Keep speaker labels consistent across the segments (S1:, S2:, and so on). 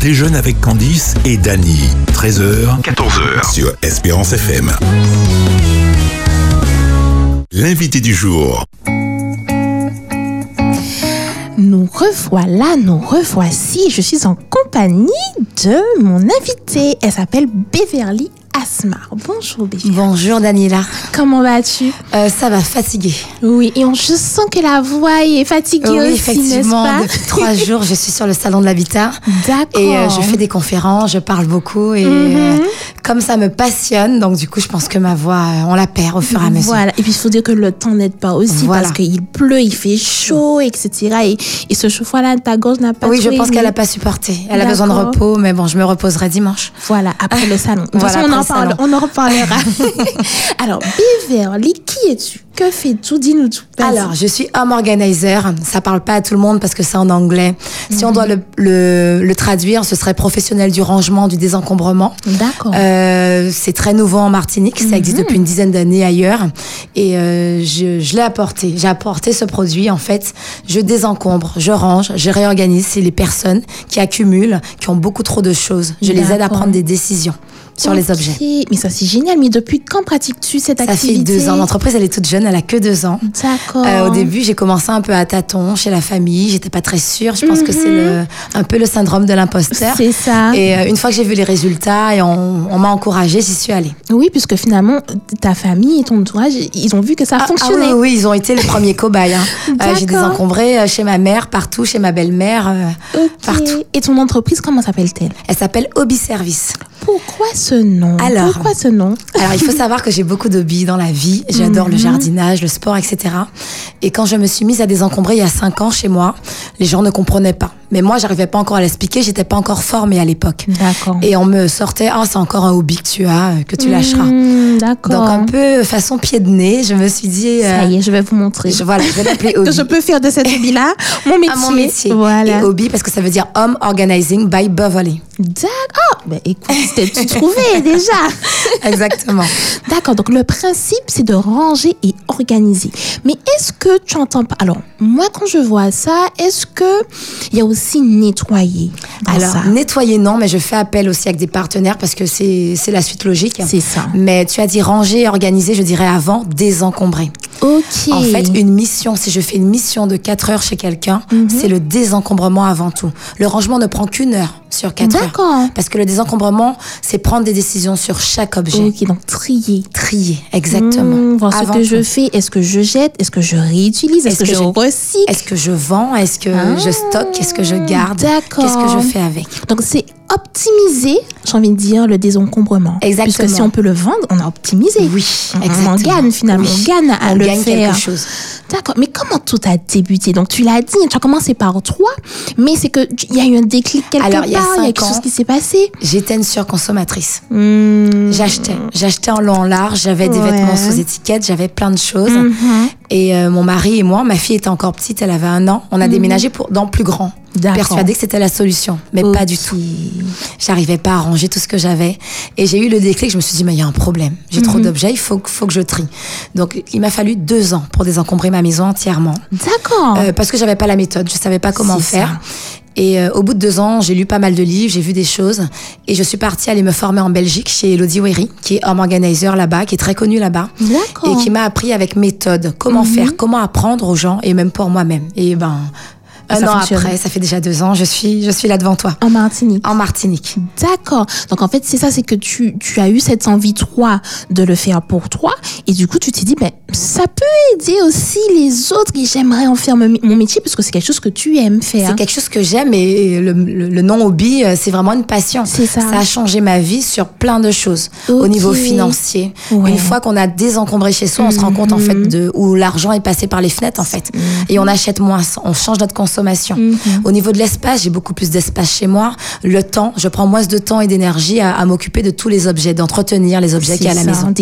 S1: déjeune avec Candice et Dany. 13h, 14h sur Espérance FM. L'invité du jour.
S2: Nous revoilà, nous revoici. Je suis en compagnie de mon invitée. Elle s'appelle Beverly Asmar. Bonjour Beverly.
S3: Bonjour Daniela.
S2: Comment vas-tu
S3: Euh, ça va fatiguer.
S2: Oui, et on, je sens que la voix est fatiguée
S3: oui,
S2: aussi, n'est-ce
S3: effectivement,
S2: pas
S3: depuis trois jours, je suis sur le salon de l'habitat
S2: D'accord. Mm-hmm.
S3: et euh, je fais des conférences, je parle beaucoup et euh, comme ça me passionne, donc du coup, je pense que ma voix, euh, on la perd au fur et à mesure.
S2: Voilà, et puis il faut dire que le temps n'aide pas aussi
S3: Voilà.
S2: parce qu'il pleut, il fait chaud, etc. Et, et ce chauffe-là, ta gorge n'a pas
S3: Oui, je
S2: trop
S3: pense
S2: aimé.
S3: qu'elle n'a pas supporté. Elle a besoin de
S2: D'accord.
S3: repos, mais bon, je me reposerai dimanche.
S2: Voilà, après le salon. De toute
S3: Voilà,
S2: façon, on en,
S3: après le
S2: parle, on en reparlera. Alors, Beverly, qui es-tu Que fais-tu Dis-nous tout. Vas-y.
S3: Alors, je suis homme organizer. Ça parle pas à tout le monde parce que c'est en anglais. Si on
S2: Mm-hmm.
S3: doit le, le- le traduire, ce serait professionnel du rangement, du désencombrement.
S2: D'accord.
S3: Euh, c'est très nouveau en Martinique, ça existe
S2: Mhm.
S3: depuis une dizaine d'années ailleurs. Et euh, je, je l'ai apporté, j'ai apporté ce produit en fait. Je désencombre, je range, je réorganise. C'est les personnes qui accumulent, qui ont beaucoup trop de choses. Je les aide à
S2: D'accord.
S3: prendre des décisions sur
S2: Ok,
S3: les objets.
S2: Mais ça, c'est génial. Mais depuis quand pratiques-tu cette
S3: Ça fait
S2: activité Oh.
S3: deux ans, l'entreprise elle est toute jeune, elle a que deux ans.
S2: D'accord.
S3: Euh, au début, j'ai commencé un peu à tâtons chez la famille. J'étais pas très sûre. Je pense que c'est le, un peu le syndrome de l'imposteur.
S2: Mhm. C'est ça.
S3: Et euh, une fois que j'ai vu les résultats et on, on m'a encouragée, j'y suis allée.
S2: Oui, puisque finalement, ta famille et ton entourage, ils ont vu que ça
S3: Ah, ah
S2: fonctionnait.
S3: oui, oui, oui, ils ont été les premiers cobayes. hein. Euh, j'ai
S2: D'accord.
S3: désencombré euh, chez ma mère, partout, chez ma belle-mère, euh,
S2: Ok.
S3: partout.
S2: Et ton entreprise, comment s'appelle-t-elle
S3: Elle s'appelle Hobby Service.
S2: Pourquoi ce nom
S3: Alors.
S2: Pourquoi ce nom
S3: Alors, il faut savoir que j'ai beaucoup d'hobbies dans la vie. J'adore
S2: Mhm.
S3: le jardinage, le sport, etc. Et quand je me suis mise à désencombrer il y a cinq ans chez moi, les gens ne comprenaient pas. Mais moi, j'arrivais pas encore à l'expliquer. J'étais pas encore formée à l'époque.
S2: D'accord.
S3: Et on me sortait, ah, c'est encore un hobby que tu as, euh, que tu lâcheras.
S2: Hmm, D'accord.
S3: Donc, un peu façon pied de nez, je me suis dit,
S2: Ça
S3: euh,
S2: y est, je vais vous montrer.
S3: je, voilà, je vais l'appeler hobby.
S2: que je peux faire de cette hobby-là mon métier.
S3: à mon métier.
S2: Voilà.
S3: Et hobby parce que ça veut dire Home Organizing by Beverly.
S2: D'accord. Ben, écoute, c'était tu trouvais déjà.
S3: Exactement.
S2: D'accord. Donc, le principe, c'est de ranger et organiser. Mais est-ce que tu entends pas Alors, moi, quand je vois ça, est-ce que il y a aussi nettoyer dans
S3: Alors,
S2: ça
S3: nettoyer, non, mais je fais appel aussi avec des partenaires parce que c'est c'est la suite logique.
S2: C'est ça.
S3: Mais tu as dit ranger, organiser, je dirais avant, désencombrer.
S2: Ok.
S3: En fait, une mission, si je fais une mission de 4 heures chez quelqu'un, c'est le désencombrement avant tout. Le rangement ne prend qu'une heure sur 4 heures.
S2: D'accord.
S3: Parce que le désencombrement, c'est prendre des décisions sur chaque objet.
S2: Ok, donc trier.
S3: Trier, exactement.
S2: Hmm, voir ce
S3: Avant
S2: que je
S3: tout.
S2: fais, est-ce que je jette, est-ce que je réutilise, est-ce que, je recycle Hmm,
S3: Est-ce que je vends Est-ce que je stocke Est-ce que je garde
S2: d'accord.
S3: Qu'est-ce que je fais avec
S2: Donc c'est optimiser, j'ai envie de dire, le désencombrement.
S3: Exactement.
S2: Puisque si on peut le vendre, on a optimisé.
S3: Oui,
S2: On- On en
S3: exactement.
S2: gagne finalement,
S3: Oui.
S2: on gagne à
S3: On
S2: le
S3: gagne
S2: faire.
S3: quelque chose.
S2: D'accord, mais comment tout a débuté Donc tu l'as dit, tu as commencé par toi, mais c'est que tu- il y a eu un déclic quelque
S3: Alors,
S2: part,
S3: il
S2: il
S3: y a
S2: y a
S3: cinq
S2: quelque
S3: ans.
S2: chose qui s'est passé.
S3: J'étais une surconsommatrice.
S2: Hmm,
S3: J'achetais, j'achetais en long en large, j'avais des
S2: Ouais. Mm-hmm.
S3: vêtements sous étiquette, j'avais plein de choses. Et euh, mon mari et moi, ma fille était encore petite, elle avait un an. On a déménagé pour dans plus grand,
S2: Mm-hmm. D'accord.
S3: persuadée que c'était la solution, mais pas du tout. J'arrivais pas à ranger tout ce que j'avais, et j'ai eu le déclic. Je me suis dit mais il y a un problème. J'ai trop
S2: Mm-hmm.
S3: d'objets, il faut que- faut que je trie. Donc il m'a fallu deux ans pour désencombrer ma maison entièrement.
S2: D'accord.
S3: Euh, parce que j'avais pas la méthode, je savais pas comment
S2: C'est
S3: faire. Et euh, au bout de deux ans, j'ai lu pas mal de livres, j'ai vu des choses, et je suis partie aller me former en Belgique chez Elodie Wery, qui est homme organizer là-bas, qui est très connue là-bas,
S2: D'accord.
S3: et qui m'a appris avec méthode comment faire, comment apprendre aux gens, et même pour moi-même. Et ben,
S2: Et
S3: un
S2: ça
S3: an
S2: fonctionne.
S3: après, ça fait déjà deux ans, je suis, je suis là devant toi,
S2: En Martinique.
S3: en Martinique.
S2: D'accord. Donc en fait, c'est ça, c'est que tu, tu as eu cette envie, toi, de le faire pour toi. Et du coup, tu t'es dit, ben, ça peut aider aussi les autres et j'aimerais en faire mon mon métier parce que c'est quelque chose que tu aimes faire.
S3: C'est quelque chose que j'aime et le, le- le non-hobby, euh, c'est vraiment une passion.
S2: C'est ça.
S3: a changé ma vie sur plein de choses.
S2: Ok.
S3: Au niveau financier,
S2: Ouais. Mhm.
S3: une fois qu'on a désencombré chez soi, on se rend compte en fait de où l'argent est passé par les fenêtres en fait. Et on achète moins, on change notre consommation.
S2: Mhm.
S3: Au niveau de l'espace, j'ai beaucoup plus d'espace chez moi. Le temps, je prends moins de temps et d'énergie à, à m'occuper de tous les objets, d'entretenir les objets qu'il y a à la
S2: C'est ça,
S3: maison.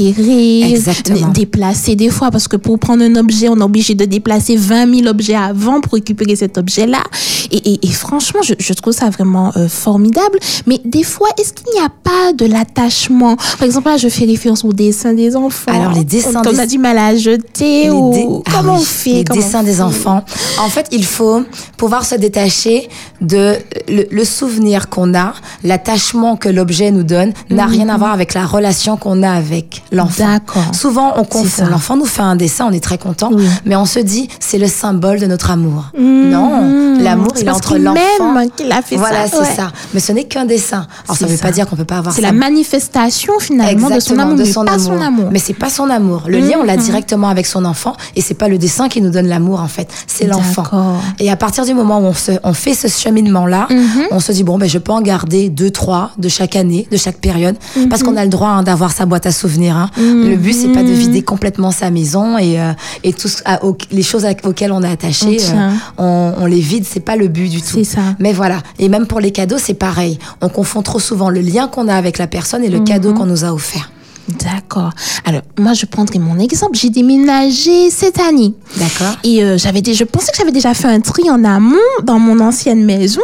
S2: Dépoussiérer,
S3: Exactement.
S2: dé- déplacer des fois, parce que pour prendre un objet, on est obligé de déplacer 20 000 objets avant pour récupérer cet objet-là. Et, et- et franchement, je, je trouve ça vraiment euh, formidable. Mais des fois, est-ce qu'il n'y a pas de l'attachement Par exemple, là, je fais référence aux dessins des enfants.
S3: Alors, les dessins
S2: Quand on a
S3: des-
S2: du mal à jeter,
S3: Les
S2: ou
S3: dé- Ah
S2: comment
S3: oui,
S2: on fait
S3: Les
S2: comment on
S3: dessins
S2: fait
S3: des enfants. En fait, il faut pouvoir se détacher de le, le souvenir qu'on a, l'attachement que l'objet nous donne, n'a rien à voir avec la relation qu'on a avec l'enfant.
S2: Mhm. D'accord.
S3: Souvent, on confond.
S2: ça.
S3: L'enfant nous fait un dessin, on est très content,
S2: Oui.
S3: mais on se dit, c'est le symbole de notre amour. Non,
S2: Mhm.
S3: l'amour,
S2: C'est
S3: il est
S2: parce
S3: entre
S2: qu'il
S3: l'enfant.
S2: m'aime qu'il a fait
S3: Voilà,
S2: ça.
S3: c'est
S2: ouais.
S3: ça. Mais ce n'est qu'un dessin. Alors, ça
S2: C'est
S3: ne veut
S2: ça.
S3: pas dire qu'on peut pas avoir
S2: C'est
S3: ça.
S2: la manifestation finalement de son
S3: Exactement,
S2: amour, mais pas son amour. Mm,
S3: Mais c'est pas son amour. Le lien, on l'a directement avec son enfant, et c'est pas le dessin qui nous donne l'amour en fait, c'est l'enfant.
S2: D'accord.
S3: Et à partir du moment où on, se, on fait ce cheminement-là,
S2: Mm-hmm.
S3: on se dit bon ben je peux en garder deux, trois de chaque année, de chaque période, parce
S2: Mm-hmm.
S3: qu'on a le droit hein, d'avoir sa boîte à souvenirs. hein. Le but c'est pas de vider complètement sa maison et euh, et tout ce- à- au- les choses à- auxquelles on est attaché,
S2: On
S3: euh,
S2: tient.
S3: on, on les vide, c'est pas le but du tout.
S2: C'est ça.
S3: Mais voilà. Et même pour les cadeaux, c'est pareil. On confond trop souvent le lien qu'on a avec la personne
S2: Mhm.
S3: et le cadeau qu'on nous a offert.
S2: D'accord. Alors, moi, je prendrai mon exemple. J'ai déménagé cette année.
S3: D'accord.
S2: Et euh, j'avais dé- je pensais que j'avais déjà fait un tri en amont dans mon ancienne maison.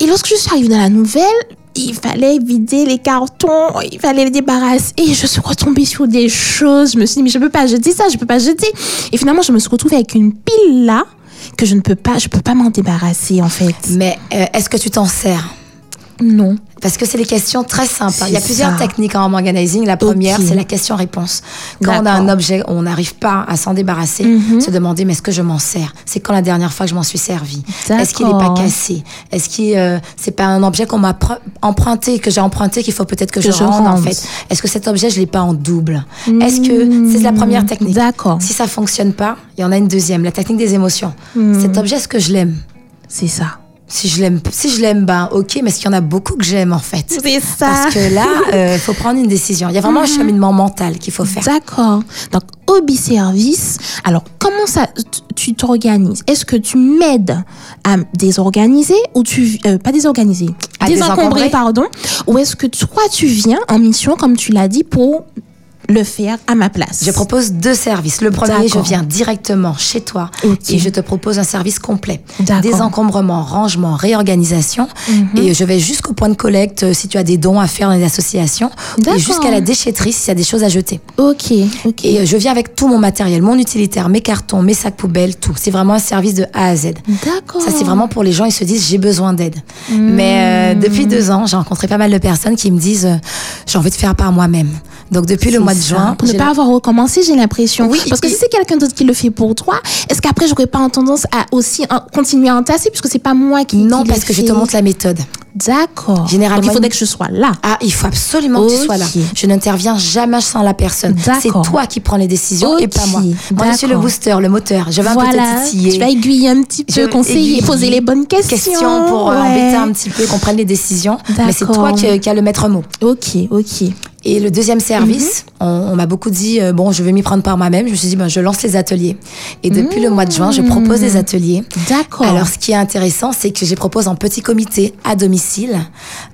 S2: Et lorsque je suis arrivée dans la nouvelle, il fallait vider les cartons, il fallait les débarrasser. Et je suis retombée sur des choses. Je me suis dit, mais je peux pas jeter ça, je peux pas jeter. Et finalement, je me suis retrouvée avec une pile là que je ne peux pas, je peux pas m'en débarrasser en fait.
S3: Mais euh, est-ce que tu t'en sers
S2: Non.
S3: Parce que c'est des questions très simples. hein. Il y a
S2: C'est
S3: plusieurs
S2: ça.
S3: techniques en home organizing. La première,
S2: Ok.
S3: c'est la question-réponse. Quand on a
S2: D'accord. Mhm.
S3: un objet, on n'arrive pas à s'en débarrasser, se demander mais est-ce que je m'en sers C'est quand la dernière fois que je m'en suis servi Est-ce qu'il n'est pas
S2: D'accord.
S3: cassé Est-ce qu'il euh, c'est pas un objet qu'on m'a pre- emprunté que j'ai emprunté qu'il faut peut-être que,
S2: Que
S3: je,
S2: je
S3: rende en
S2: rende. Hmm,
S3: fait Est-ce que cet objet je l'ai pas en double Est-ce que c'est la première technique
S2: D'accord.
S3: Si ça fonctionne pas, il y en a une deuxième, la technique des émotions.
S2: Hmm.
S3: Cet objet est-ce que je l'aime
S2: C'est ça.
S3: si je l'aime, si je l'aime, ben ok, mais est-ce qu'il y en a beaucoup que j'aime en fait
S2: C'est ça.
S3: Parce que là, euh, faut prendre une décision. Il y a vraiment un cheminement mental qu'il faut faire.
S2: Mhm. D'accord. Donc, hobby service. Alors, comment ça, tu- tu t'organises Est-ce que tu m'aides à me désorganiser ou tu. euh, pas désorganiser.
S3: À désencombrer.
S2: pardon. Ou est-ce que toi, tu viens en mission, comme tu l'as dit, pour le faire à ma place
S3: Je propose deux services. Le premier, je
S2: D'accord.
S3: viens directement chez toi
S2: Ok.
S3: et je te propose un service complet.
S2: D'accord. Mhm.
S3: Désencombrement, rangement, réorganisation. Et je vais jusqu'au point de collecte euh, si tu as des dons à faire dans les associations et
S2: D'accord.
S3: jusqu'à la déchetterie s'il y a des choses à jeter.
S2: Ok, ok.
S3: Et euh, je viens avec tout mon matériel, mon utilitaire, mes cartons, mes sacs poubelles, tout. C'est vraiment un service de A à Z.
S2: D'accord.
S3: Ça, c'est vraiment pour les gens, ils se disent j'ai besoin d'aide.
S2: Hmm.
S3: Mais euh, depuis deux ans, j'ai rencontré pas mal de personnes qui me disent euh, j'ai envie de faire par moi-même. Donc depuis
S2: C'est
S3: le mois de
S2: ça.
S3: juin,
S2: Pour ne
S3: j'ai-
S2: pas avoir recommencé, j'ai l'impression.
S3: Oui,
S2: Parce que
S3: et-
S2: si c'est quelqu'un d'autre qui le fait pour toi, est-ce qu'après, j'aurais pas en tendance à aussi en- continuer à entasser puisque c'est pas moi qui.
S3: non
S2: qui
S3: parce
S2: l'ai
S3: que je
S2: fait
S3: te montre la méthode.
S2: D'accord.
S3: Généralement,
S2: Donc, il faudrait
S3: il-
S2: que je sois là.
S3: Ah, il faut absolument que tu sois là.
S2: Ok.
S3: Je n'interviens jamais sans la personne. C'est
S2: D'accord.
S3: toi qui prends les décisions et
S2: Ok,
S3: pas moi. Moi, je suis le
S2: d'accord.
S3: booster, le moteur. Je vais un peu te
S2: voilà.
S3: titiller.
S2: Tu vas aiguiller un petit peu,
S3: Je-
S2: conseiller,
S3: aiguille-
S2: poser les bonnes questions.
S3: Question pour euh,
S2: Ouais.
S3: embêter un petit peu, qu'on prenne les décisions. Mais c'est toi
S2: D'accord.
S3: qui, qui as le maître mot.
S2: Ok, ok.
S3: Et le deuxième service,
S2: Mhm.
S3: on, on m'a beaucoup dit euh, bon, je vais m'y prendre par moi-même. Je me suis dit ben, je lance les ateliers. Et depuis le mois de juin, je
S2: Mhm.
S3: propose des ateliers.
S2: D'accord.
S3: Alors, ce qui est intéressant, c'est que je les propose en petit comité à domicile.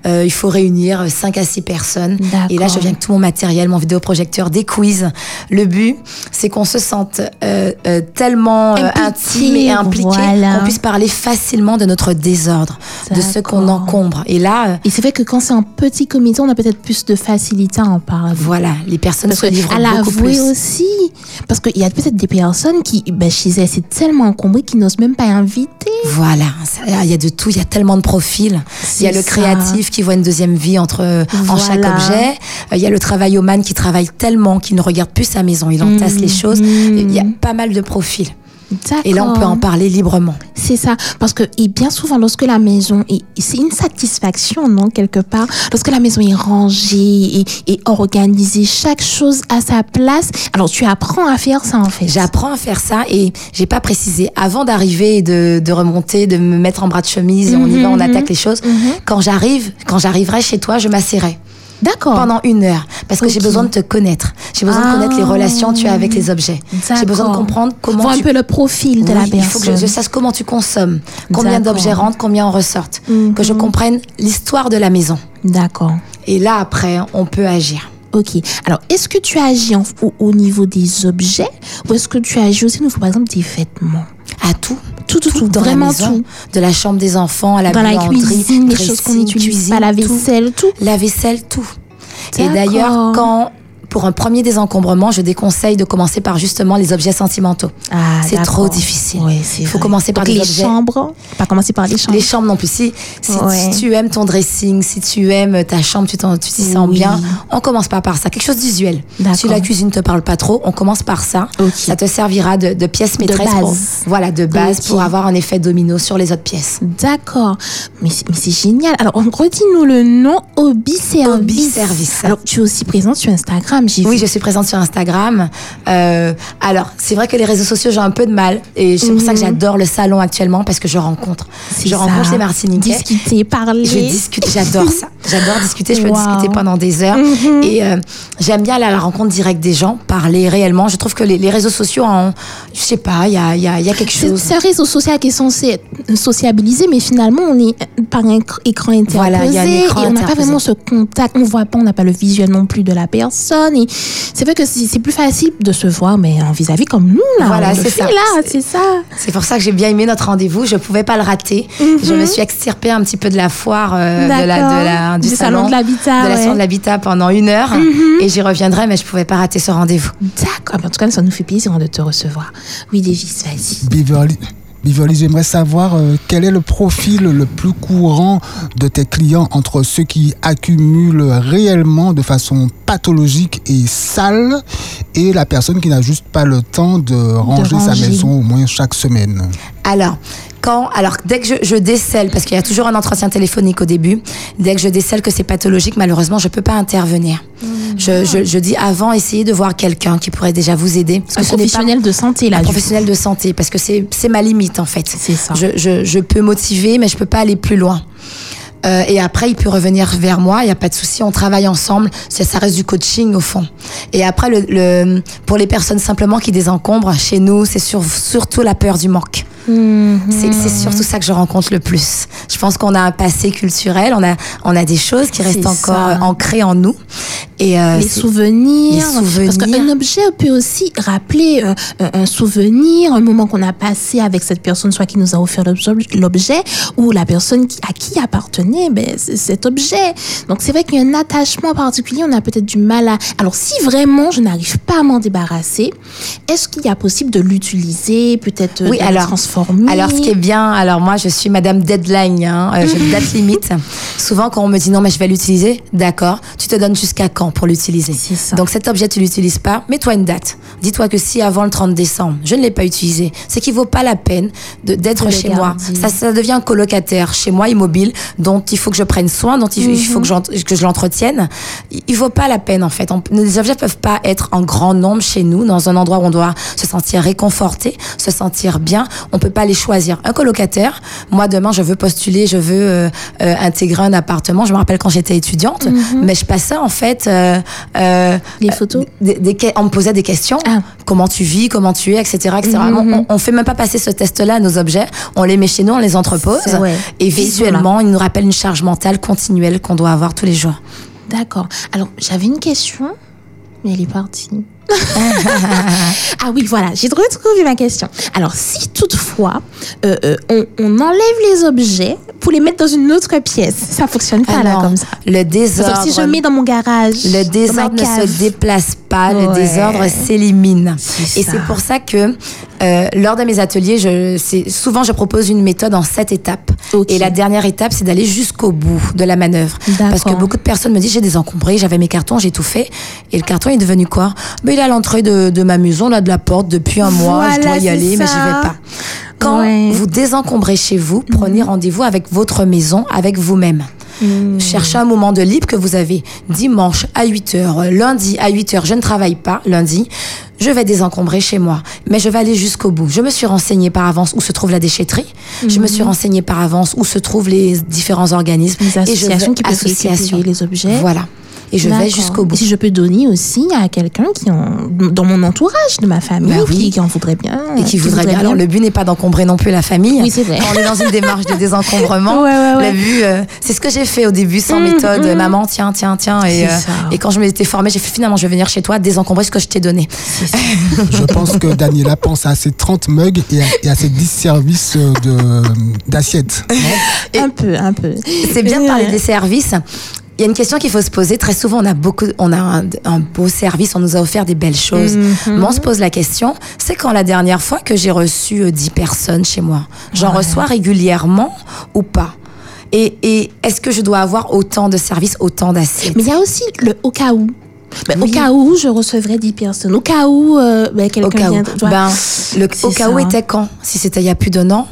S3: Euh, il faut réunir 5 à 6 personnes.
S2: D'accord.
S3: Et là, je viens avec tout mon matériel, mon vidéoprojecteur, des quiz. Le but, c'est qu'on se sente euh, euh, tellement euh,
S2: Impliqué,
S3: intime et impliqué
S2: voilà.
S3: qu'on puisse parler facilement de notre désordre, de ce qu'on
S2: D'accord.
S3: encombre. Et là, euh,
S2: et c'est vrai que quand c'est un petit comité, on a peut-être plus de facilité à en parler.
S3: voilà, les personnes
S2: Parce
S3: se livrent
S2: que à
S3: beaucoup
S2: l'avouer
S3: plus.
S2: aussi, parce qu'il y a peut-être des personnes qui, ben, chez elles, c'est tellement encombré qu'ils n'osent même pas inviter.
S3: Voilà, ça- il y a de tout, il y a tellement de profils. Il y
S2: C'est
S3: a le
S2: ça.
S3: créatif qui voit une deuxième vie entre euh, en
S2: Voilà.
S3: chaque objet. Euh, Il y a le travail au man qui travaille tellement qu'il ne regarde plus sa maison, il entasse
S2: Mm-hmm.
S3: les choses. Il y a pas mal de profils.
S2: D'accord.
S3: Et là, on peut en parler librement.
S2: C'est ça, parce que et bien souvent, lorsque la maison est, c'est une satisfaction, non quelque part, lorsque la maison est rangée et, et organisée, chaque chose à sa place. Alors tu apprends à faire ça en fait.
S3: J'apprends à faire ça et j'ai pas précisé avant d'arriver et de, de remonter, de me mettre en bras de chemise et on y va, on
S2: Mm-hmm.
S3: attaque les choses. Quand j'arrive, quand j'arriverai chez toi, je m'assierai.
S2: D'accord.
S3: pendant une heure parce que j'ai
S2: Oh. Ok.
S3: besoin de te connaître. J'ai besoin
S2: Ah.
S3: de connaître les relations que tu as avec les objets. J'ai
S2: D'accord.
S3: besoin de comprendre comment
S2: Vois
S3: tu
S2: un peu le profil de
S3: Oui,
S2: la
S3: Il faut que
S2: personne.
S3: je, je sache comment tu consommes, combien
S2: D'accord. Mhm.
S3: d'objets rentrent, combien en ressortent, que je comprenne l'histoire de la maison.
S2: D'accord.
S3: Et là après, on peut agir.
S2: Ok. Alors, est-ce que tu agis en- au, au niveau des objets ou est-ce que tu agis aussi au niveau, par exemple, des vêtements
S3: À tout,
S2: Tout, tout, tout.
S3: dans
S2: vraiment
S3: la maison,
S2: tout.
S3: de la chambre des enfants à la
S2: Dans la
S3: buanderie,
S2: cuisine, les choses
S3: dressing,
S2: qu'on n'utilise
S3: cuisine,
S2: pas, la
S3: tout.
S2: vaisselle, tout.
S3: la vaisselle, tout. Et
S2: D'accord.
S3: d'ailleurs, quand pour un premier désencombrement, je déconseille de commencer par justement les objets sentimentaux.
S2: Ah,
S3: c'est
S2: d'accord.
S3: trop difficile.
S2: Ouais, c'est
S3: Il faut
S2: vrai.
S3: commencer par
S2: Donc,
S3: des
S2: les
S3: objets.
S2: chambres. Pas commencer par les chambres.
S3: Les chambres non plus. Si, si
S2: Ouais.
S3: tu aimes ton dressing, si tu aimes ta chambre, tu t'en- tu t'y sens
S2: Oui.
S3: bien, on commence pas par ça. Quelque chose d'usuel.
S2: D'accord.
S3: Si la cuisine te parle pas trop, on commence par ça.
S2: Ok.
S3: Ça te servira de, de pièce maîtresse.
S2: base.
S3: pour- voilà, de base
S2: Ok.
S3: pour avoir un effet domino sur les autres pièces.
S2: D'accord. Mais c'est mais c'est génial. Alors, on redis-nous le nom Obi Service.
S3: Obi Service.
S2: Alors, tu es aussi présente sur Instagram, j'ai
S3: Oui,
S2: vu.
S3: je suis présente sur Instagram. Euh, alors, c'est vrai que les réseaux sociaux, j'ai un peu de mal. Et c'est pour ça que j'adore le salon actuellement parce que je rencontre.
S2: Mhm. C'est
S3: Je
S2: ça.
S3: rencontre les Martiniquais.
S2: Discuter, parler.
S3: Je discute, j'adore ça. J'adore discuter, je peux
S2: Wow. Mhm.
S3: discuter pendant des heures. Et euh, j'aime bien aller à la rencontre directe des gens, parler réellement. Je trouve que les, les réseaux sociaux, en, je sais pas, il y a, il y a- il y a quelque
S2: C'est
S3: chose.
S2: c'est un réseau social qui est censé être sociabilisé, mais finalement, on est par un cr- écran interposé
S3: Voilà, il y a un écran
S2: et on n'a pas
S3: interposé.
S2: vraiment ce contact. On voit pas, on n'a pas le visuel non plus de la personne. Et c'est vrai que c'est c'est plus facile de se voir, mais en vis-à-vis comme nous, là.
S3: Voilà,
S2: on le
S3: c'est
S2: fait,
S3: ça.
S2: là,
S3: C'est-
S2: c'est ça.
S3: C'est pour ça que j'ai bien aimé notre rendez-vous. Je pouvais pas le rater.
S2: Mhm.
S3: Je me suis extirpée un petit peu de la foire, euh, de la, de la-
S2: D'accord.
S3: du,
S2: Du salon de l'habitat,
S3: de la
S2: ouais. Mhm.
S3: salon de l'habitat pendant une heure. Et j'y reviendrai, mais je pouvais pas rater ce rendez-vous.
S2: D'accord. Mais En tout cas, ça nous fait plaisir hein, de te recevoir. Oui, Davis, vas-y.
S4: Beverly, Beverly, j'aimerais savoir euh, quel est le profil le plus courant de tes clients entre ceux qui accumulent réellement de façon pathologique et sale et la personne qui n'a juste pas le temps de ranger,
S2: ranger.
S4: sa maison au moins chaque semaine.
S3: Alors, quand, alors dès que je, je décèle, parce qu'il y a toujours un entretien téléphonique au début, dès que je décèle que c'est pathologique, malheureusement, je peux pas intervenir.
S2: Mmh.
S3: Je, je, je dis avant, essayez de voir quelqu'un qui pourrait déjà vous aider. Parce
S2: Un
S3: que ce n'est pas-
S2: professionnel de santé, là.
S3: un
S2: du coup.
S3: professionnel de santé, parce que c'est c'est ma limite en fait.
S2: C'est ça.
S3: Je, je, je peux motiver, mais je peux pas aller plus loin. Euh, et après, il peut revenir vers moi, il n'y a pas de souci, on travaille ensemble. Ça, ça reste du coaching au fond. Et après, le, le- pour les personnes simplement qui désencombrent, chez nous, c'est sur- surtout la peur du manque.
S2: Mhm.
S3: C'est c'est surtout ça que je rencontre le plus. Je pense qu'on a un passé culturel, on a, on a des choses qui restent
S2: C'est
S3: encore
S2: ça.
S3: euh, ancrées en nous. Et euh,
S2: les
S3: c'est-
S2: souvenirs,
S3: les souvenirs.
S2: parce qu'un objet peut aussi rappeler euh, un un souvenir, un moment qu'on a passé avec cette personne, soit qui nous a offert l'obje- l'objet, ou la personne qui- à qui appartenait ben, c- cet objet. Donc c'est vrai qu'il y a un attachement particulier, on a peut-être du mal à... Alors si vraiment je n'arrive pas à m'en débarrasser, est-ce qu'il y a possible de l'utiliser, peut-être euh,
S3: Oui,
S2: de le
S3: alors-
S2: transformer
S3: Alors, ce qui est bien, alors moi, je suis Madame Deadline, hein, euh, j'ai une date limite. Souvent, quand on me dit non, mais je vais l'utiliser, d'accord, tu te donnes jusqu'à quand pour l'utiliser
S2: C'est ça.
S3: Donc, cet objet, tu l'utilises pas, mets-toi une date. Dis-toi que si avant le 30 décembre, je ne l'ai pas utilisé, c'est qu'il vaut pas la peine de- d'être
S2: De le
S3: chez moi.
S2: garder.
S3: Ça, ça devient un colocataire chez moi, immobile, dont il faut que je prenne soin, dont il, il faut que,
S2: Mhm.
S3: j'en- que je l'entretienne. Il, il vaut pas la peine, en fait. On- les objets peuvent pas être en grand nombre chez nous, dans un endroit où on doit se sentir réconforté, se sentir bien. On peut pas les choisir. Un colocataire, moi, demain, je veux postuler, je veux euh, euh, intégrer un appartement. Je me rappelle quand j'étais étudiante, mais je passais, en fait, euh, euh,
S2: Mhm. Les photos
S3: des- des que- on me posait des questions.
S2: Ah. Mm-hmm.
S3: Comment tu vis, comment tu es, etc. etc. On, on fait même pas passer ce test-là à nos objets. On les met chez nous, on les entrepose.
S2: C'est- ouais.
S3: Et
S2: Et
S3: visuellement, il nous rappelle une charge mentale continuelle qu'on doit avoir tous les jours.
S2: D'accord. Alors, j'avais une question, mais elle est partie. ah oui, voilà, j'ai retrouvé ma question. Alors, si toutefois, euh, euh, on, on enlève les objets pour les mettre dans une autre pièce, ça fonctionne pas là
S3: Alors,
S2: comme ça.
S3: Le désordre.
S2: Sauf si je mets dans mon garage.
S3: Ah Le
S2: dans
S3: désordre
S2: ma
S3: ne
S2: cave.
S3: se déplace pas, le
S2: Ouais.
S3: désordre s'élimine.
S2: C'est
S3: Et
S2: ça.
S3: c'est pour ça que euh, lors de mes ateliers, je, c'est- souvent je propose une méthode en sept étapes.
S2: Ok.
S3: Et la dernière étape, c'est d'aller jusqu'au bout de la manœuvre.
S2: D'accord.
S3: Parce que beaucoup de personnes me disent j'ai désencombré, j'avais mes cartons, j'ai tout fait. Et le carton est devenu quoi Mais Il est à l'entrée de, de ma maison, là de la porte, depuis un mois, je dois
S2: Voilà,
S3: y
S2: c'est
S3: aller, mais j'y
S2: ça.
S3: vais pas. Quand
S2: Ouais. Mhm.
S3: vous désencombrez chez vous, prenez rendez-vous avec votre maison, avec vous-même. Cherchez un moment de libre que vous avez. Dimanche à 8h, lundi à 8h, je ne travaille pas lundi. Je vais désencombrer chez moi, mais je vais aller jusqu'au bout. Je me suis renseignée par avance où se trouve la déchetterie. Je me suis renseignée par avance où se trouvent les différents organismes.
S2: Mhm. Les
S3: Et je vais-
S2: associations qui peuvent
S3: associations.
S2: récupérer les objets.
S3: Voilà. Et je vais
S2: D'accord.
S3: jusqu'au bout.
S2: Si je peux donner aussi à quelqu'un qui en, dans mon entourage, de ma famille,
S3: Bah oui.
S2: qui, qui en voudrait bien.
S3: et qui voudrait bien. Alors le but n'est pas d'encombrer non plus la famille.
S2: Oui, c'est vrai.
S3: Quand on est dans une démarche de désencombrement.
S2: Ouais, ouais, ouais.
S3: Le but, euh, c'est ce que j'ai fait au début sans méthode. Maman, tiens, tiens, tiens. Et, euh,
S2: C'est ça.
S3: et quand je m'étais formée, j'ai fait finalement, je vais venir chez toi désencombrer ce que je t'ai donné.
S4: Je pense que Daniela pense à ses 30 mugs et à, et à ses 10 services euh, de- d'assiettes. non
S2: Un peu, un peu.
S3: C'est bien de
S2: Ouais.
S3: parler des services. y a une question qu'il faut se poser. Très souvent, on a beaucoup, on a un, un beau service, on nous a offert des belles choses.
S2: Mhm.
S3: Mais on se pose la question, c'est quand la dernière fois que j'ai reçu euh, 10 personnes chez moi J'en reçois régulièrement ou pas et, et est-ce que je dois avoir autant de services, autant d'assiettes
S2: Mais il y a aussi le au cas où. Ben, Au
S3: Oui.
S2: cas où je recevrais 10 personnes. Au cas où euh, ben,
S3: Au
S2: quelqu'un
S3: cas où,
S2: vient. tu vois.
S3: ben, le,
S2: C'est
S3: au cas
S2: ça.
S3: où était quand Si c'était il y a plus d'un an,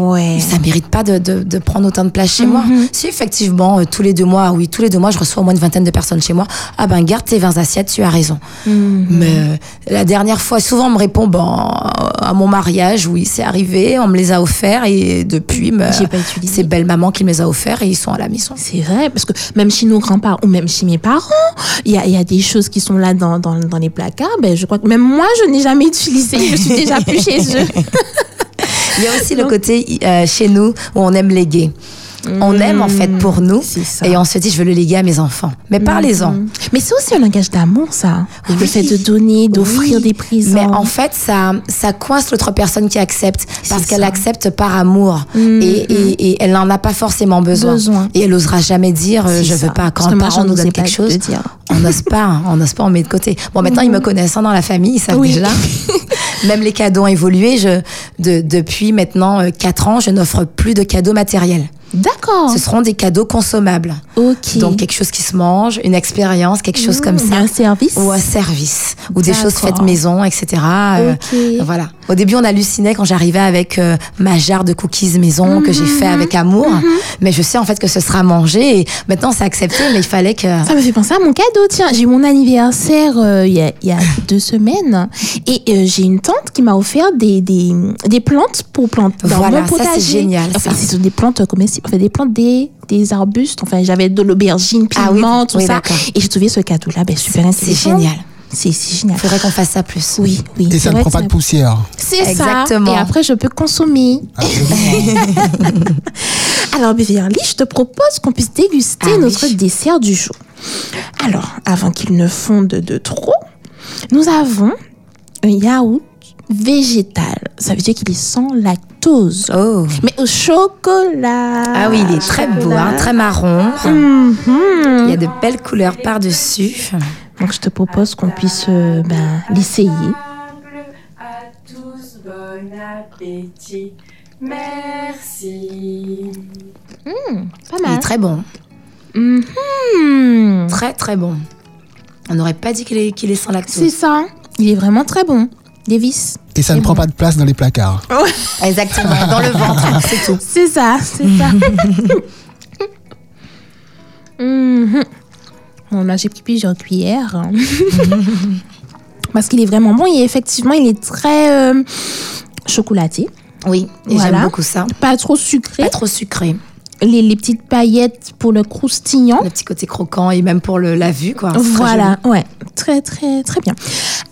S2: ouais.
S3: ça mérite pas de, de- de prendre autant de place chez moi.
S2: Mhm.
S3: Si effectivement, euh, tous les deux mois, oui, tous les deux mois, je reçois au moins une vingtaine de personnes chez moi, ah ben garde tes 20 assiettes, tu as raison.
S2: Mhm.
S3: Mais euh, la dernière fois, souvent on me répond, bon, à mon mariage, oui, c'est arrivé, on me les a offerts et depuis, me-
S2: J'ai pas utilisé.
S3: c'est belle maman qui me les a offerts et ils sont à la maison.
S2: C'est vrai, parce que même chez nos grands-parents ou même chez mes parents, il y a, il y a des choses qui sont là dans, dans, dans les placards. Ben, je crois que même moi, je n'ai jamais utilisé. Je suis déjà plus chez eux.
S3: Il y a aussi le côté euh, chez nous où on aime léguer. On aime en fait pour nous
S2: Mhm. c'est ça. Mhm.
S3: et on se dit je veux le léguer à mes enfants. Mais parlez-en.
S2: Mais c'est aussi un langage d'amour, ça. Le
S3: Oui.
S2: fait de donner, d'offrir
S3: Oui.
S2: des présents.
S3: Mais en fait, ça, ça coince l'autre personne qui accepte parce
S2: C'est
S3: qu'elle
S2: ça. Mm,
S3: accepte par amour et, et- et elle n'en a pas forcément besoin.
S2: Besoin.
S3: Et elle osera jamais dire euh,
S2: C'est
S3: je veux
S2: ça.
S3: pas.
S2: Parce
S3: Quand
S2: que
S3: un
S2: moi,
S3: parent
S2: j'en
S3: nous
S2: osais
S3: donne
S2: pas
S3: quelque
S2: le
S3: chose,
S2: dire. Mm.
S3: on n'ose pas, hein, on n'ose pas, on met de côté. Bon, maintenant ils me connaissent hein, dans la famille, ils savent
S2: Oui.
S3: déjà. Même les cadeaux ont évolué. Je, de- depuis maintenant 4 ans, je n'offre plus de cadeaux matériels.
S2: D'accord.
S3: Ce seront des cadeaux consommables.
S2: Oh. Ok.
S3: Donc quelque chose qui se mange, une expérience, quelque chose comme ça.
S2: Un service.
S3: Ou un service, ou des
S2: D'accord.
S3: choses faites maison, etc. Euh,
S2: Ok.
S3: voilà. Au début, on hallucinait quand j'arrivais avec euh, ma jarre de cookies maison que j'ai
S2: Mhm.
S3: fait avec amour. Mais je sais en fait que ce sera mangé. Et maintenant, c'est accepté, mais il fallait que.
S2: Ça me fait penser à mon cadeau. Tiens, j'ai eu mon anniversaire euh, il y, a, il y a deux semaines et euh, j'ai une tante qui m'a offert des, des, des plantes pour planter dans
S3: Voilà,
S2: mon
S3: ça, c'est
S2: potager.
S3: génial,
S2: Enfin,
S3: ça.
S2: ce sont des plantes, euh, comme elles- enfin, des plantes des, des arbustes. Enfin, j'avais de l'aubergine, piment,
S3: Ah oui,
S2: tout
S3: oui,
S2: ça.
S3: d'accord.
S2: Et j'ai trouvé ce cadeau-là, ben, super
S3: C'est
S2: intéressant.
S3: génial.
S2: C'est c'est génial.
S3: Il faudrait qu'on fasse ça plus.
S2: Oui, oui.
S4: Et
S2: c'est
S4: ça ne
S2: vrai
S4: prend
S2: que
S4: pas de
S2: ça-
S4: poussière.
S2: C'est ça.
S3: Exactement.
S2: Et après, je peux consommer. Alors, Beverly, je te propose qu'on puisse déguster
S3: Ah oui.
S2: notre dessert du jour. Alors, avant qu'il ne fonde de trop, nous avons un yaourt végétal. Ça veut dire qu'il est sans lactose.
S3: Oh.
S2: Mais au chocolat.
S3: Ah oui, il est très beau, hein, très marron.
S2: Mhm.
S3: Il y a de belles couleurs par-dessus.
S2: Donc, je te propose qu'on puisse euh, ben, l'essayer.
S5: À tous, bon appétit. Merci.
S2: Pas
S3: Il est
S2: mal.
S3: très bon.
S2: Hmm,
S3: Très, très bon. On n'aurait pas dit qu'il est, qu'il est sans
S2: C'est
S3: lactose.
S2: ça. Il est vraiment très bon. Davis.
S4: Et ça ne prend pas de place dans les placards.
S2: Oh.
S3: Exactement, dans le ventre, c'est tout.
S2: C'est ça, c'est ça. Mhm. Bon, là, j'ai pris plusieurs cuillères. hein. Parce qu'il est vraiment bon et effectivement, il est très euh, chocolaté.
S3: Oui, et
S2: Voilà.
S3: j'aime beaucoup ça.
S2: Pas trop sucré.
S3: Pas trop sucré.
S2: Les, les petites paillettes pour le croustillant.
S3: Le petit côté croquant et même pour le, la vue, quoi. Ah, C'est très joli.
S2: Voilà, ouais. Très, très, très bien.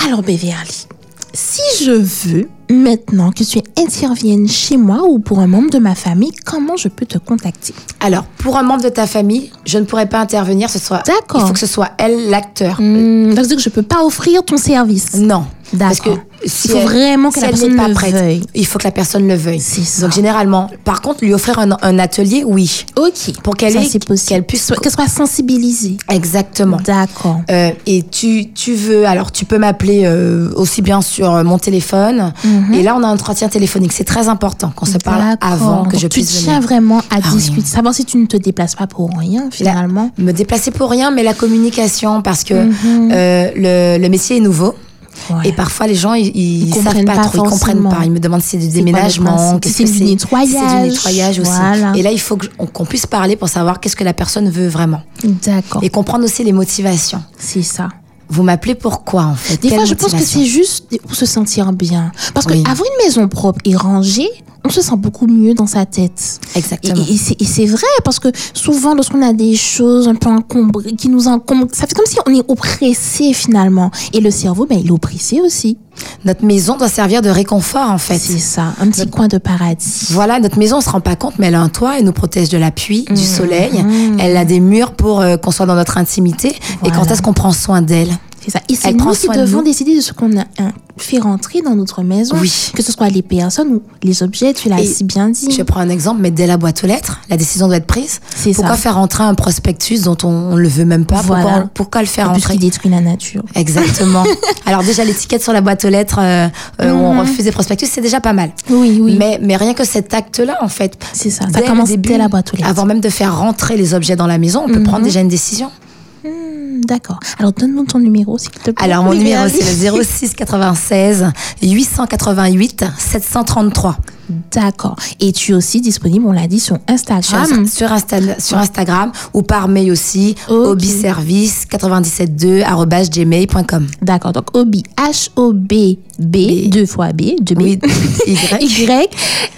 S2: Alors, Beverly, si je veux maintenant que tu interviennes chez moi ou pour un membre de ma famille, comment je peux te contacter
S3: Alors, pour un membre de ta famille, je ne pourrais pas intervenir. Ce soit.
S2: D'accord.
S3: Il faut que ce soit elle, l'acteur.
S2: Mmh, ça veut dire que je peux pas offrir ton service.
S3: Non. Mm. Parce que
S2: D'accord.
S3: si
S2: Il faut
S3: elle-
S2: vraiment que
S3: si
S2: la
S3: elle n'est
S2: personne
S3: pas
S2: le
S3: prête,
S2: veuille.
S3: il faut que la personne le veuille.
S2: C'est ça.
S3: Donc généralement, par contre, lui offrir un, un atelier, oui.
S2: Ok.
S3: Pour qu'elle
S2: Ça,
S3: ait-
S2: c'est possible.
S3: qu'elle puisse-
S2: Soit- qu'elle soit sensibilisée.
S3: Exactement.
S2: D'accord.
S3: Euh, et tu, tu veux, alors tu peux m'appeler euh, aussi bien sur euh, mon téléphone. Et là, on a un entretien téléphonique. C'est très important qu'on se parle
S2: Mm-hmm. D'accord.
S3: avant que
S2: Donc,
S3: je
S2: tu
S3: puisse
S2: tiens
S3: venir.
S2: vraiment à
S3: Ah oui.
S2: discuter, savoir si tu ne te déplaces pas pour rien
S3: La-
S2: finalement.
S3: me déplacer pour rien, mais la communication, parce que euh, le, le métier est nouveau.
S2: Mhm. Ouais.
S3: Et parfois, les gens, ils, ils
S2: Ils
S3: savent
S2: comprennent
S3: pas,
S2: pas
S3: trop, ils comprennent
S2: forcément.
S3: pas. Ils me demandent si c'est du
S2: quoi le
S3: déménagement,
S2: principe,
S3: qu'est-ce
S2: si
S3: que
S2: c'est
S3: c'est
S2: du nettoyage.
S3: si c'est du nettoyage aussi.
S2: Voilà.
S3: Et là, il faut que je- on- qu'on puisse parler pour savoir qu'est-ce que la personne veut vraiment.
S2: D'accord.
S3: Et comprendre aussi les motivations.
S2: C'est ça.
S3: Vous m'appelez pourquoi, en fait
S2: Des
S3: Quelle
S2: fois, je pense que
S3: motivation
S2: c'est juste pour se sentir bien. Parce
S3: Oui.
S2: que avoir une maison propre et rangée, on se sent beaucoup mieux dans sa tête. Et,
S3: Exactement.
S2: et- et c'est- et c'est vrai, parce que souvent, lorsqu'on a des choses un peu encombrées, qui nous encombrent, ça fait comme si on est oppressé finalement. Et le cerveau, ben, il est oppressé aussi.
S3: Notre maison doit servir de réconfort, en fait.
S2: C'est ça, un petit coin de paradis.
S3: Voilà, notre maison, on se rend pas compte, mais elle a un toit, elle nous protège de la pluie,
S2: Mmh.
S3: du soleil. Elle a des murs pour euh, qu'on soit dans notre intimité. Et
S2: Voilà.
S3: quand est-ce qu'on prend soin d'elle
S2: C'est ça. Et c'est
S3: Elle prend
S2: nous qui
S3: soin de
S2: devons
S3: nous.
S2: décider de ce qu'on a- hein, fait rentrer dans notre maison,
S3: Oui.
S2: que ce soit les personnes ou les objets, tu l'as
S3: Et
S2: si bien dit.
S3: Je prends un exemple, mais dès la boîte aux lettres, la décision doit être prise.
S2: Mmh. C'est
S3: Pourquoi
S2: ça.
S3: faire rentrer un prospectus dont on, on le veut même pas
S2: Voilà.
S3: pourquoi, pourquoi le faire
S2: Puisqu'il
S3: rentrer
S2: détruit la nature.
S3: Exactement. Alors déjà l'étiquette sur la boîte aux lettres euh, euh, où on refuse les prospectus, c'est déjà pas mal.
S2: Mmh. Oui, oui.
S3: Mais, mais rien que cet acte-là, en fait.
S2: C'est ça, ça
S3: dès le
S2: commence dès la boîte aux lettres. Mmh.
S3: Avant même de faire rentrer les objets dans la maison, on peut prendre déjà une décision.
S2: Hmm, D'accord. Alors donne-nous ton numéro, s'il te plaît.
S3: Alors mon
S2: Oui,
S3: numéro
S2: Rémi.
S3: c'est le 06 96 888 733.
S2: D'accord. Et tu es aussi disponible, on l'a dit, sur
S3: Sur,
S2: Instagram.
S3: sur, Insta- sur Instagram ou par mail aussi,
S2: hum. Ok.
S3: hobbyservice 972gmailcom
S2: D'accord. Donc Obi H O B B deux fois B deux B
S3: Oui, Y.
S2: Y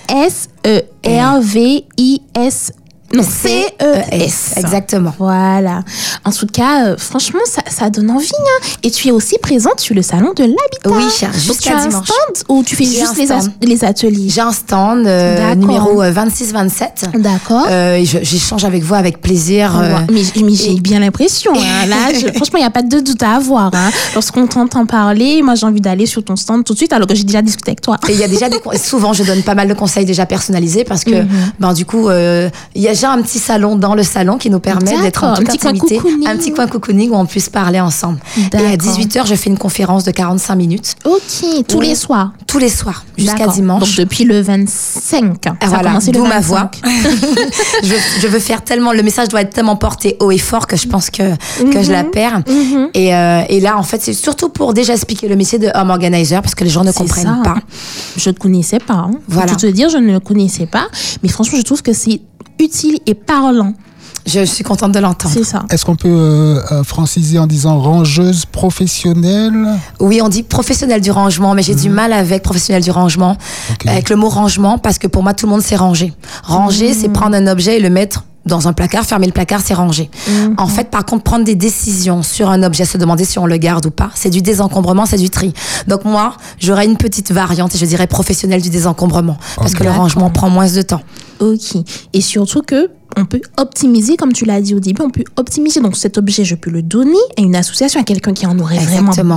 S2: S E R V I S non C E S
S3: Exactement.
S2: Voilà. En tout cas, euh, franchement, ça, ça donne envie. hein. Et tu es aussi présente sur le salon de l'habitat.
S3: Oui,
S2: Donc, tu
S3: jusqu'à
S2: as un
S3: dimanche.
S2: stand ou tu fais
S3: J'ai
S2: juste
S3: un
S2: les, as-
S3: stand.
S2: les ateliers
S3: J'ai un stand euh,
S2: D'accord.
S3: numéro 26-27.
S2: D'accord.
S3: Euh, et je- J'échange avec vous avec plaisir. euh,
S2: Ouais, Mais, j- mais j'ai bien l'impression. hein. Là, je- franchement, il n'y a pas de doute à avoir. hein. Lorsqu'on t'entend parler, moi, j'ai envie d'aller sur ton stand tout de suite, alors que j'ai déjà discuté avec toi.
S3: Et il y a déjà des con- souvent je donne pas mal de conseils déjà personnalisés parce
S2: Mhm.
S3: que ben du coup euh, il y a déjà un petit salon dans le salon qui nous permet d'être en
S2: D'accord,
S3: toute
S2: un petit coin
S3: intimité,
S2: cocooning.
S3: un petit coin cocooning où on puisse parler ensemble. Et à
S2: D'accord.
S3: 18h, je fais une conférence de 45 minutes
S2: Ok, tous
S3: Oui.
S2: les soirs.
S3: tous les soirs jusqu'à
S2: D'accord.
S3: dimanche.
S2: Donc, depuis le 25.
S3: Ah,
S2: Ça a
S3: voilà,
S2: commencé le
S3: d'où
S2: 25.
S3: ma voix. je, je veux faire tellement, le message doit être tellement porté haut et fort que je pense que, que je la
S2: Mhm.
S3: perds. et, euh, et là, en fait, c'est surtout pour déjà expliquer le métier de home organizer parce que les gens ne
S2: C'est
S3: comprennent
S2: ça. hein.
S3: pas.
S2: Je ne connaissais pas. hein.
S3: Voilà.
S2: Pour tout te dire, je ne le connaissais pas. Mais franchement, je trouve que c'est utile et parlant.
S3: Je suis contente de l'entendre.
S2: C'est ça.
S4: Est-ce qu'on peut euh, euh, franciser en disant rangeuse professionnelle
S3: Oui, on dit professionnel du rangement, mais j'ai du mal avec professionnel du rangement,
S4: Ok.
S3: avec le mot rangement, parce que pour moi, tout le monde s'est rangé. Ranger,
S2: Mhm.
S3: c'est prendre un objet et le mettre dans un placard, fermer le placard, c'est ranger.
S2: Mhm.
S3: En fait, par contre, prendre des décisions sur un objet, se demander si on le garde ou pas, c'est du désencombrement, c'est du tri. Donc moi, j'aurais une petite variante et je dirais professionnel du désencombrement, parce que le
S2: D'accord.
S3: rangement prend moins de temps.
S2: Ok. Et surtout que on peut optimiser, comme tu l'as dit au début, on peut optimiser. Donc cet objet, je peux le donner à une association, à quelqu'un qui en aurait
S3: Exactement.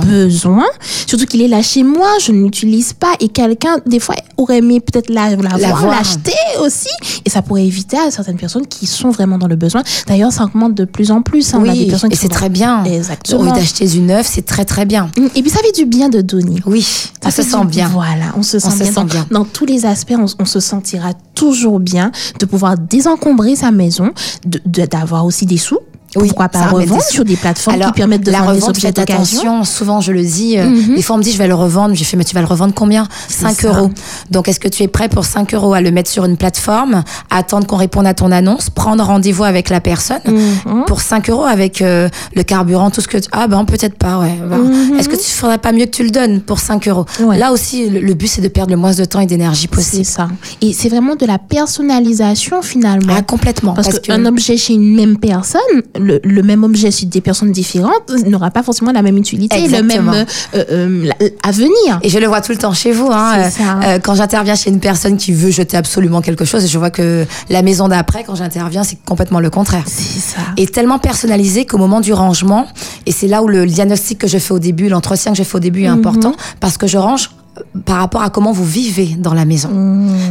S2: vraiment besoin. Surtout qu'il est là chez moi, je ne l'utilise pas. Et quelqu'un, des fois, aurait aimé peut-être la- l'avoir,
S3: L'avoir.
S2: l'acheter aussi. Et ça pourrait éviter à certaines personnes qui sont vraiment dans le besoin. D'ailleurs, ça augmente de plus en plus. hein. on a des
S3: Oui,
S2: personnes
S3: et
S2: qui
S3: c'est
S2: sont
S3: très bien.
S2: Exactement.
S3: Au lieu d'acheter du neuf, c'est très très bien.
S2: dans- Et puis ça fait du bien de donner.
S3: Oui,
S2: fait
S3: on se
S2: Ah, du-
S3: sent bien.
S2: Voilà, on se sent,
S3: se
S2: bien.
S3: sent
S2: dans,
S3: bien.
S2: dans tous les aspects, on, on se sentira toujours bien de pouvoir désencombrer sa maison, de- de- d'avoir aussi des sous.
S3: Oui,
S2: Pourquoi
S3: ça
S2: pas
S3: ramène des
S2: revendre
S3: sous.
S2: sur des plateformes
S3: Alors,
S2: qui permettent de
S3: la
S2: vendre des
S3: revente,
S2: objets
S3: faites
S2: d'occasion
S3: attention. Souvent, je le dis. euh, Des fois, on me dit, je vais le revendre. J'ai fait, mais tu vas le revendre combien 5
S2: ça.
S3: euros. Donc, est-ce que tu es prêt pour 5 euros à le mettre sur une plateforme, attendre qu'on réponde à ton annonce, prendre rendez-vous avec la personne
S2: Mhm.
S3: pour 5 euros avec euh, le carburant, tout ce que tu... Ah, ben, peut-être pas, ouais. Ben, Est-ce que tu ferais pas mieux que tu le donnes pour 5 euros
S2: Mhm. Ouais.
S3: Là aussi, le, le but, c'est de perdre le moins de temps et d'énergie
S2: C'est
S3: possible.
S2: ça. Et c'est vraiment de la personnalisation finalement.
S3: Ah, complètement.
S2: parce qu'un objet chez une même personne, le, le même objet chez des personnes différentes n'aura pas forcément la même utilité,
S3: Exactement.
S2: le même euh, euh, la- à venir.
S3: Et je le vois tout le temps chez vous. Hein.
S2: C'est
S3: Euh,
S2: ça.
S3: euh, quand j'interviens chez une personne qui veut jeter absolument quelque chose, et je vois que la maison d'après, quand j'interviens, c'est complètement le contraire.
S2: C'est ça.
S3: Et tellement personnalisé qu'au moment du rangement, et c'est là où le diagnostic que je fais au début, l'entretien que je fais au début est
S2: Mhm.
S3: important, parce que je range euh, par rapport à comment vous vivez dans la maison.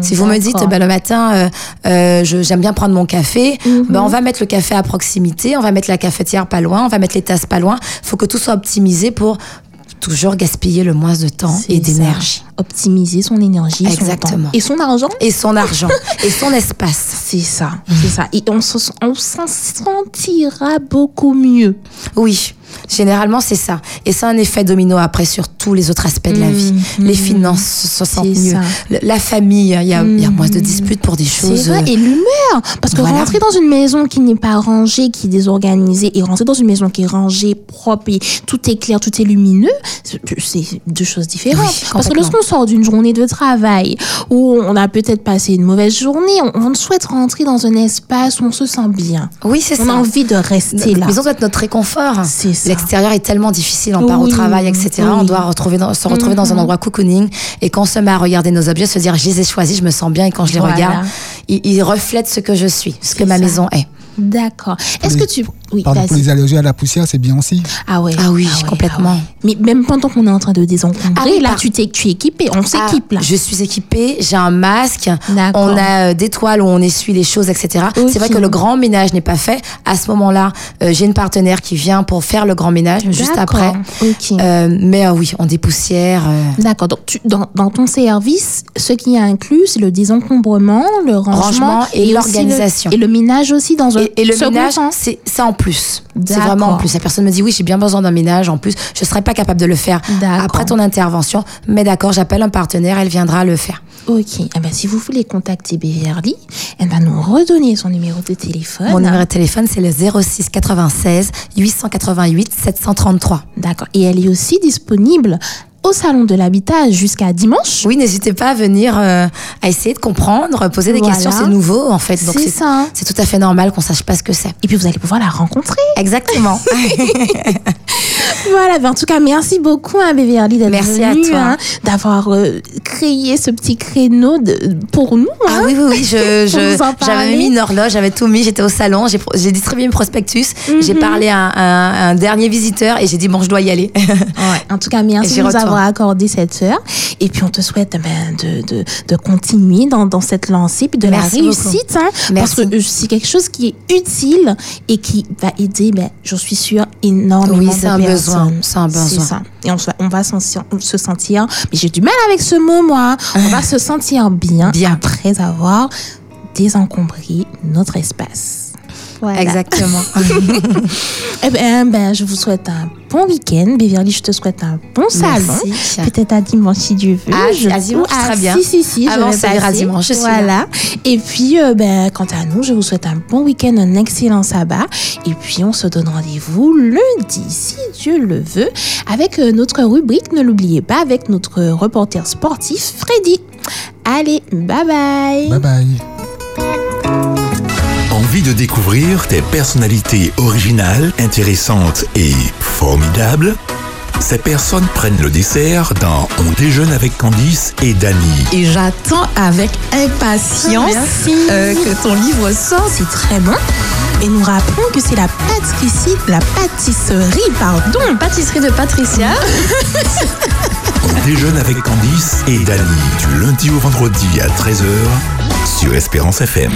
S3: si vous me dites,
S2: Mhm. d'accord.
S3: ben, le matin, euh, euh, je- j'aime bien prendre mon café,
S2: Mhm.
S3: ben, on va mettre le café à proximité, on va mettre la cafetière pas loin, on va mettre les tasses pas loin. faut que tout soit optimisé pour toujours gaspiller le moins de temps
S2: C'est
S3: hein, et
S2: ça.
S3: d'énergie.
S2: Optimiser son énergie, son
S3: Exactement.
S2: temps et son argent.
S3: Et son argent, et son espace.
S2: C'est ça,
S3: Mmh.
S2: c'est ça. Et on se- on s'en sentira beaucoup mieux.
S3: Oui, généralement c'est ça. Et ça a un effet domino après sur tous les autres aspects de la vie. Les finances se sentent
S2: Mmh, C'est
S3: mieux.
S2: ça. Mmh.
S3: Le- La famille, il y, a- il y a moins de disputes pour des
S2: C'est
S3: choses.
S2: vrai, et l'humeur. Parce que
S3: Voilà.
S2: rentrer dans une maison qui n'est pas rangée, qui est désorganisée, et rentrer dans une maison qui est rangée, propre, et tout est clair, tout est lumineux, c'est- c'est deux choses différentes.
S3: Oui,
S2: Parce que
S3: complètement.
S2: lorsqu'on sort d'une journée de travail, où on a peut-être passé une mauvaise journée, on, on souhaite rentrer dans un espace où on se sent bien.
S3: euh, Oui, c'est
S2: On a
S3: ça.
S2: envie de rester
S3: Notre
S2: là.
S3: maison doit être notre réconfort.
S2: C'est ça.
S3: L'extérieur est tellement difficile, on part au
S2: Oui,
S3: travail, etc. On
S2: oui. Mmh.
S3: doit retrouver dans- se retrouver dans un endroit cocooning et quand on se met à regarder nos objets, se dire je les ai choisis, je me sens bien et quand je les
S2: Voilà.
S3: regarde, ils, ils reflètent ce que je suis, ce que ma
S2: ça.
S3: maison est.
S2: D'accord. Est-ce que tu... Oui,
S4: Pardon, pour
S2: vas-y.
S4: les allergies à la poussière, c'est bien aussi.
S2: Ah ouais.
S3: Ah oui,
S2: ouais,
S3: complètement.
S2: ah ouais. Mais même pendant qu'on est en train de désencombrer,
S3: Ah oui,
S2: là,
S3: par-
S2: tu t'es, tu es équipé. On s'équipe
S3: Ah,
S2: là.
S3: Je suis équipée, j'ai un masque,
S2: D'accord.
S3: on a euh, des toiles où on essuie les choses, etc.
S2: Ok.
S3: C'est vrai que le grand ménage n'est pas fait. À ce moment-là, euh, j'ai une partenaire qui vient pour faire le grand ménage juste
S2: D'accord.
S3: après.
S2: Ok.
S3: Euh, mais euh, oui, on dépoussière. euh,
S2: D'accord. Donc, tu, dans, dans ton service, ce qui est inclus, c'est le désencombrement, le rangement,
S3: Rangement et
S2: aussi le-
S3: l'organisation.
S2: Et le ménage aussi dans un
S3: Et, et le
S2: second
S3: ménage,
S2: temps.
S3: c'est ça en plus. C'est
S2: D'accord.
S3: vraiment en plus. La personne me dit oui, j'ai bien besoin d'un ménage en plus. Je serais pas capable de le faire
S2: D'accord.
S3: après ton intervention. Mais d'accord, j'appelle un partenaire, elle viendra le faire.
S2: Ok. Eh ben, si vous voulez contacter Beverly, elle va ben, nous redonner son numéro de téléphone.
S3: Mon numéro de téléphone, c'est le 06 96 888 733.
S2: D'accord. Et elle est aussi disponible au salon de l'habitat jusqu'à dimanche.
S3: Oui, n'hésitez pas à venir euh, à essayer de comprendre, poser des
S2: Voilà.
S3: questions. C'est nouveau en fait. Donc
S2: C'est ça, hein.
S3: C'est tout à fait normal qu'on sache pas ce que c'est.
S2: Et puis vous allez pouvoir la rencontrer.
S3: Exactement.
S2: Voilà, ben en tout cas, merci beaucoup, hein, Beverly, d'être
S3: Merci à
S2: venue,
S3: toi.
S2: hein, d'avoir euh, créé ce petit créneau de- pour nous.
S3: Ah
S2: hein.
S3: oui, oui, oui, je,
S2: Pour
S3: je-
S2: vous en
S3: j'avais
S2: parler.
S3: mis une horloge, j'avais tout mis, j'étais au salon, j'ai, pro- j'ai distribué mon prospectus,
S2: Mhm.
S3: j'ai parlé à un, à un dernier visiteur et j'ai dit bon, je dois y aller.
S2: En tout cas, merci
S3: Et
S2: de
S3: j'y
S2: nous
S3: retourne.
S2: avoir accordé cette heure. Et puis, on te souhaite ben, de, de, de continuer dans, dans cette lancée, puis de
S3: Merci
S2: la
S3: beaucoup.
S2: réussite. hein, parce
S3: Merci.
S2: que euh, c'est quelque chose qui est utile et qui va aider, ben, je suis sûre, énormément
S3: Oui,
S2: de
S3: c'est un
S2: personnes.
S3: besoin, c'est un besoin.
S2: ça. Et on, se- on va s'en- se sentir, mais j'ai du mal avec ce mot, moi. hein. On va se sentir bien,
S3: Bien.
S2: après avoir désencombré notre espace. Voilà.
S3: Exactement.
S2: Eh ben, ben, je vous souhaite un bon week-end. Beverly, je te souhaite un bon salon.
S3: Merci.
S2: Peut-être à dimanche si Dieu veut.
S3: Ah,
S2: Je-
S3: à dimanche,
S2: ou à-
S3: très bien.
S2: Si, si, si. je
S3: Avant,
S2: vais
S3: ça ira
S2: passer.
S3: dimanche, je suis
S2: Voilà. Et puis, euh, ben, quant à nous, je vous souhaite un bon week-end, un excellent sabbat. Et puis, on se donne rendez-vous lundi, si Dieu le veut, avec euh, notre rubrique, ne l'oubliez pas, avec notre reporter sportif, Freddy. Allez, bye bye.
S4: Bye bye.
S1: Envie de découvrir des personnalités originales, intéressantes et formidables Ces personnes prennent le dessert dans On déjeune avec Candice et Dany.
S6: Et j'attends avec impatience
S2: Merci.
S6: euh, que ton livre sorte.
S2: C'est très bon. Et nous rappelons que c'est la pâtisserie, la pâtisserie, pardon,
S6: Pâtisserie de Patricia.
S1: On déjeune avec Candice et Dany du lundi au vendredi à 13h sur Espérance FM.